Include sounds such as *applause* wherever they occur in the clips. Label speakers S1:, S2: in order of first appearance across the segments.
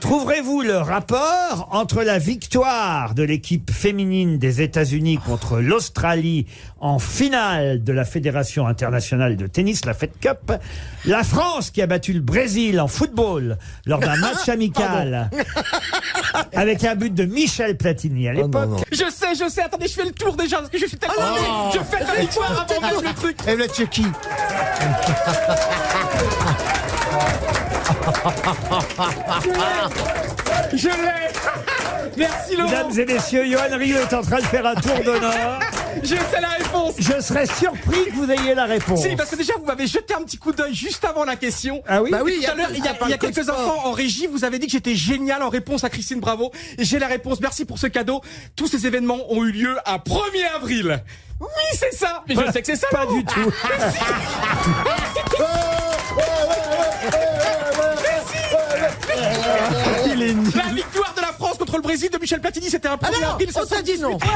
S1: Trouverez-vous le rapport entre la victoire de l'équipe féminine des États-Unis contre l'Australie en finale de la Fédération internationale de tennis, la Fed Cup, la France qui a battu le Brésil en football lors d'un match amical *laughs* avec un but de Michel Platini à l'époque
S2: Je sais, je sais, attendez, je fais le tour déjà parce que je suis tellement. Je fais la victoire avant même le truc.
S3: Et la Turquie.
S2: Je l'ai *laughs* Merci Laurent
S1: Mesdames et messieurs, Johan Rio est en train de faire un tour d'honneur.
S2: Je sais la réponse
S1: Je serais surpris que vous ayez la réponse.
S2: Si, parce que déjà, vous m'avez jeté un petit coup d'œil juste avant la question.
S1: Ah oui
S2: Et tout à l'heure, il y a, il y a quelques instants, en régie, vous avez dit que j'étais génial en réponse à Christine Bravo. Et J'ai la réponse, merci pour ce cadeau. Tous ces événements ont eu lieu à 1er avril. Oui, c'est ça Mais je sais que c'est ça
S1: Pas
S2: Laurent.
S1: du tout. Il est nul.
S2: La victoire de la France contre le Brésil de Michel Platini, c'était un 1er
S4: Ah non,
S2: avril.
S4: on t'a dit non.
S2: 518.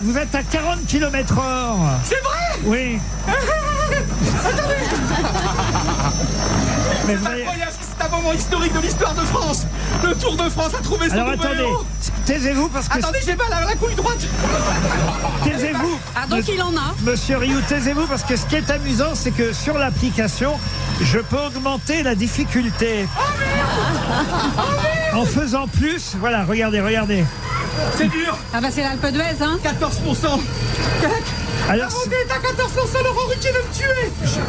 S1: Vous êtes à 40 km heure.
S2: C'est vrai
S4: *laughs*
S1: Oui. Mais vous avez-
S2: Incroyable, c'est un moment historique de l'histoire de France. Le Tour de France a trouvé son
S1: Alors
S2: nouveau
S1: attendez,
S2: héros.
S1: taisez-vous parce que
S2: Attendez, j'ai mal à la couille droite.
S1: taisez-vous.
S4: Ah, donc il en a.
S1: Monsieur Rioux, taisez-vous parce que ce qui est amusant, c'est que sur l'application, je peux augmenter la difficulté.
S4: Oh,
S1: En faisant plus, voilà, regardez, regardez.
S2: C'est dur.
S4: Ah, bah, c'est l'Alpe d'Huez, hein.
S2: 14%.
S1: Alors,
S2: On est à 14%, Laurent Ruquier veut me tuer. J'ai un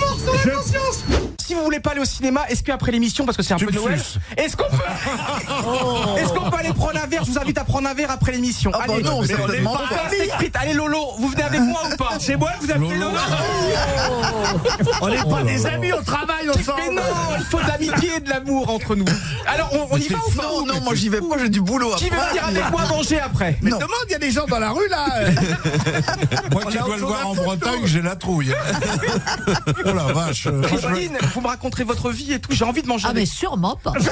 S2: mort sur
S1: Je-
S2: la
S4: *laughs*
S2: conscience. Si vous voulez pas aller au cinéma, est-ce qu'après l'émission, parce que c'est un peu
S5: me
S2: Noël,
S5: suces.
S1: *laughs*
S2: est-ce qu'on peut,
S1: Oh.
S2: est-ce qu'on peut aller prendre un verre Je vous invite à prendre un verre après l'émission.
S3: Ah bah
S2: allez,
S3: non,
S2: on
S3: certainement
S2: fait un
S3: pas.
S2: steak frites. Allez Lolo, vous venez avec moi ou *laughs* pas
S1: c'est moi, vous appelez
S5: Lolo.
S2: *laughs*
S3: On n'est pas des amis, on travaille
S2: Oh Mais
S3: ensemble.
S2: non, il faut de l'amitié et de l'amour entre nous. Alors, on, on y va ou pas
S3: Non, non, moi j'y vais pas, j'ai du boulot à
S2: Qui veut venir avec moi manger après
S3: Mais demande, il y a des gens dans la rue là.
S5: Moi,
S3: On
S5: tu
S3: a
S5: dois
S3: autre
S5: le
S3: chose à
S5: voir en
S3: foutre,
S5: Bretagne, j'ai la trouille. oh la vache. euh, moi, je me-
S2: Christine, vous me raconterez votre vie et tout, j'ai envie de manger
S4: Ah, mais
S2: avec
S4: sûrement pas.
S2: vous.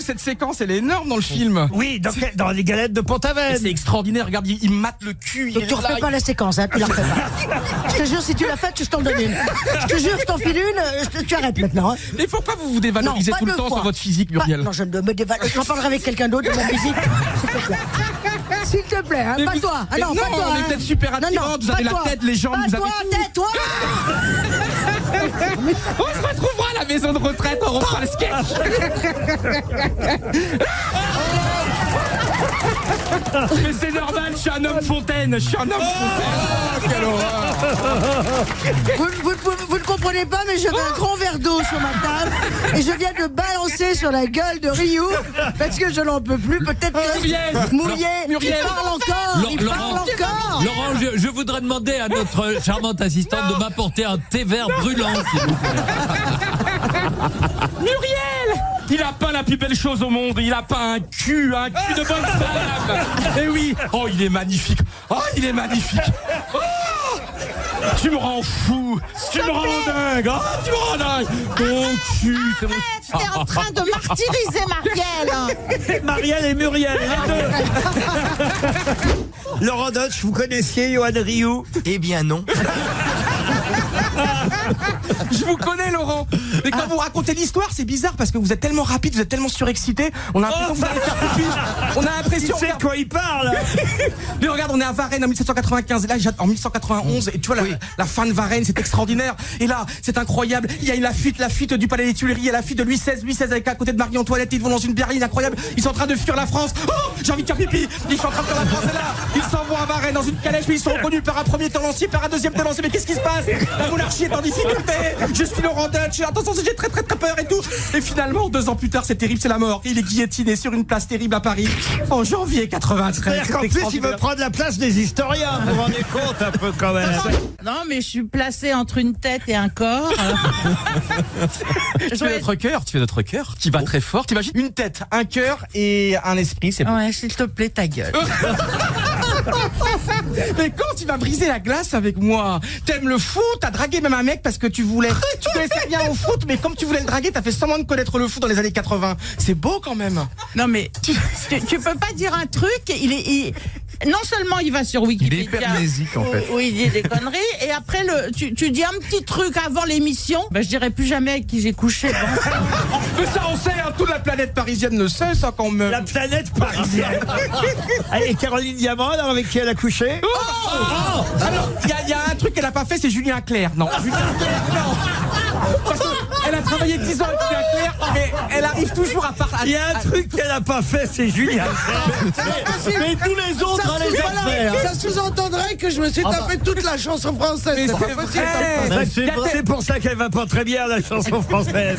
S2: Cette séquence, elle est énorme dans le film.
S1: Oui, dans, quel- dans les galettes de
S2: Et C'est
S1: Pont-Aven.
S2: extraordinaire, regarde, il, il mate le cul. il
S4: Donc
S2: est
S4: tu
S2: là,
S4: refais
S2: il-
S4: pas la séquence, hein, tu la refais pas. Je te jure, si tu l'as faite, je t'en donne une. Je te jure, je t'en file une, euh, je te- tu arrêtes maintenant. hein.
S2: Mais pourquoi vous vous dévalorisez
S4: pas
S2: tout le
S4: deux
S2: temps
S4: fois.
S2: sur votre physique,
S4: Pas-
S2: Muriel
S4: Non, je ne me dévalorise. J'en parlerai avec quelqu'un d'autre de ma musique. S'il te plaît. S'il te plaît, hein,
S2: Mais
S4: pas
S2: vous-
S4: toi. Ah
S2: mais
S4: non, pas
S2: non,
S4: toi.
S2: on est
S4: hein.
S2: peut-être super
S4: Non, non,
S2: attirantes, vous avez la
S4: pas toi.
S2: tête, les jambes,
S4: Pas
S2: vous avez
S4: toi, tais-toi.
S2: On se retrouvera à la maison de retraite, on reprend le sketch *laughs* Mais c'est normal, je suis un homme fontaine, je suis un homme fontaine Quelle horreur
S4: Vous, vous- vous- vous ne comprenez pas, mais j'avais
S2: Oh
S4: un grand verre d'eau sur ma table et je viens de le balancer sur la gueule de Ryu parce que je n'en peux plus. Peut-être que
S2: Muriel.
S4: Mouillé, il
S2: Muriel.
S4: parle encore, il
S6: Laurent.
S4: parle encore.
S6: Laurent, je, je voudrais demander à notre charmante assistante de m'apporter un thé vert brûlant, s'il vous plaît.
S2: Muriel il a pas la plus belle chose au monde, il a pas un cul, un cul de bonne femme. Et oui, oh il est magnifique, oh il est magnifique. Oh tu me rends fou, tu me rends dingue, oh, tu me rends dingue. Ton cul, c'est mon
S7: T'es en train de martyriser Marielle
S1: Marielle et Muriel, les deux.
S4: *laughs*
S1: Laurent Dodge, vous connaissiez Johan Rioux
S4: Oh,
S3: Eh bien non.
S2: *laughs* Je vous connais, Laurent. Mais quand vous racontez l'histoire, c'est bizarre parce que vous êtes tellement rapide, vous êtes tellement surexcité. On a l'impression que vous allez faire pipi. On a
S1: Il
S2: l'impression.
S1: sait de quoi il parle
S2: Mais regarde, on est à Varennes en 1795. Et là, j'ad- en 1791. Et tu vois, la, la fin de Varennes, c'est extraordinaire. Et là, c'est incroyable. Il y a eu la fuite, la fuite du palais des Tuileries. Il y a la fuite de Louis XVI. Louis XVI avec à côté de Marie-Antoinette. Ils vont dans une berline incroyable. Ils sont en train de fuir la France. Oh, j'ai envie de faire pipi. Ils sont en train de faire la France. Et là, ils s'en vont à Varennes dans une calèche. Mais ils sont reconnus par un premier tenancier, par un deuxième tenancier. Mais qu'est-ce qui se passe La monarchie est en difficulté. Je suis Laurent Dutch. Attention, j'ai très très très peur et tout. Et finalement, deux ans plus tard, c'est terrible, c'est la mort. Il est guillotiné sur une place terrible à Paris en janvier 93.
S1: C'est-à-dire qu'en
S2: C'est
S1: plus, il veut
S2: extraordinaire.
S1: prendre la place des historiens, vous vous rendez compte un peu quand même.
S7: Non, mais je suis placée entre une tête et un corps.
S2: *laughs* Tu fais notre cœur, tu fais notre cœur, qui bat très fort.
S7: Ah.
S2: T'imagines une tête, un cœur et un esprit, c'est bon.
S7: Ouais, s'il te plaît, ta gueule. Mais quand tu vas briser la glace avec moi T'aimes le foot, t'as dragué même un mec parce que tu voulais. Tu connaissais rien au foot, mais comme tu voulais le draguer, t'as fait semblant de connaître le foot dans les années 80. C'est beau quand même.
S4: Non mais tu, tu, tu peux pas dire un truc. Il est il- non seulement il va sur Wikipédia.
S8: hypermnésique, en fait.
S4: où- où il dit des conneries et après le tu, tu dis un petit truc avant l'émission. Ben je dirai plus jamais avec qui j'ai couché. Bon.
S7: Mais ça, on sait, hein, toute la planète parisienne le sait, ça quand même.
S1: La planète parisienne. *laughs* Allez, Caroline Diamant, alors, avec qui elle a couché
S7: Oh Alors, il y, a- il y a un truc qu'elle a pas fait, c'est Julien Clerc. Non, Julien Clerc, non. Parce qu'elle a travaillé 10 ans avec Julien Clerc, mais elle arrive toujours à parler.
S1: Il y a un truc qu'elle a pas fait, c'est Julien. Ah,
S9: Mais tous les autres,
S1: hein,
S2: Ça,
S9: allez,
S2: sous- voilà, ça sous-entendrait que je me
S1: Ah
S2: suis tapé
S1: bah.
S2: toute la chanson française.
S7: Mais
S2: C'est
S7: c'est
S2: pas possible. Eh,
S7: vrai.
S1: Ouais,
S7: Il y
S1: Ah, C'est
S7: a
S1: pour-
S7: tel-
S1: c'est pour ça qu'elle va pas très bien, la chanson française.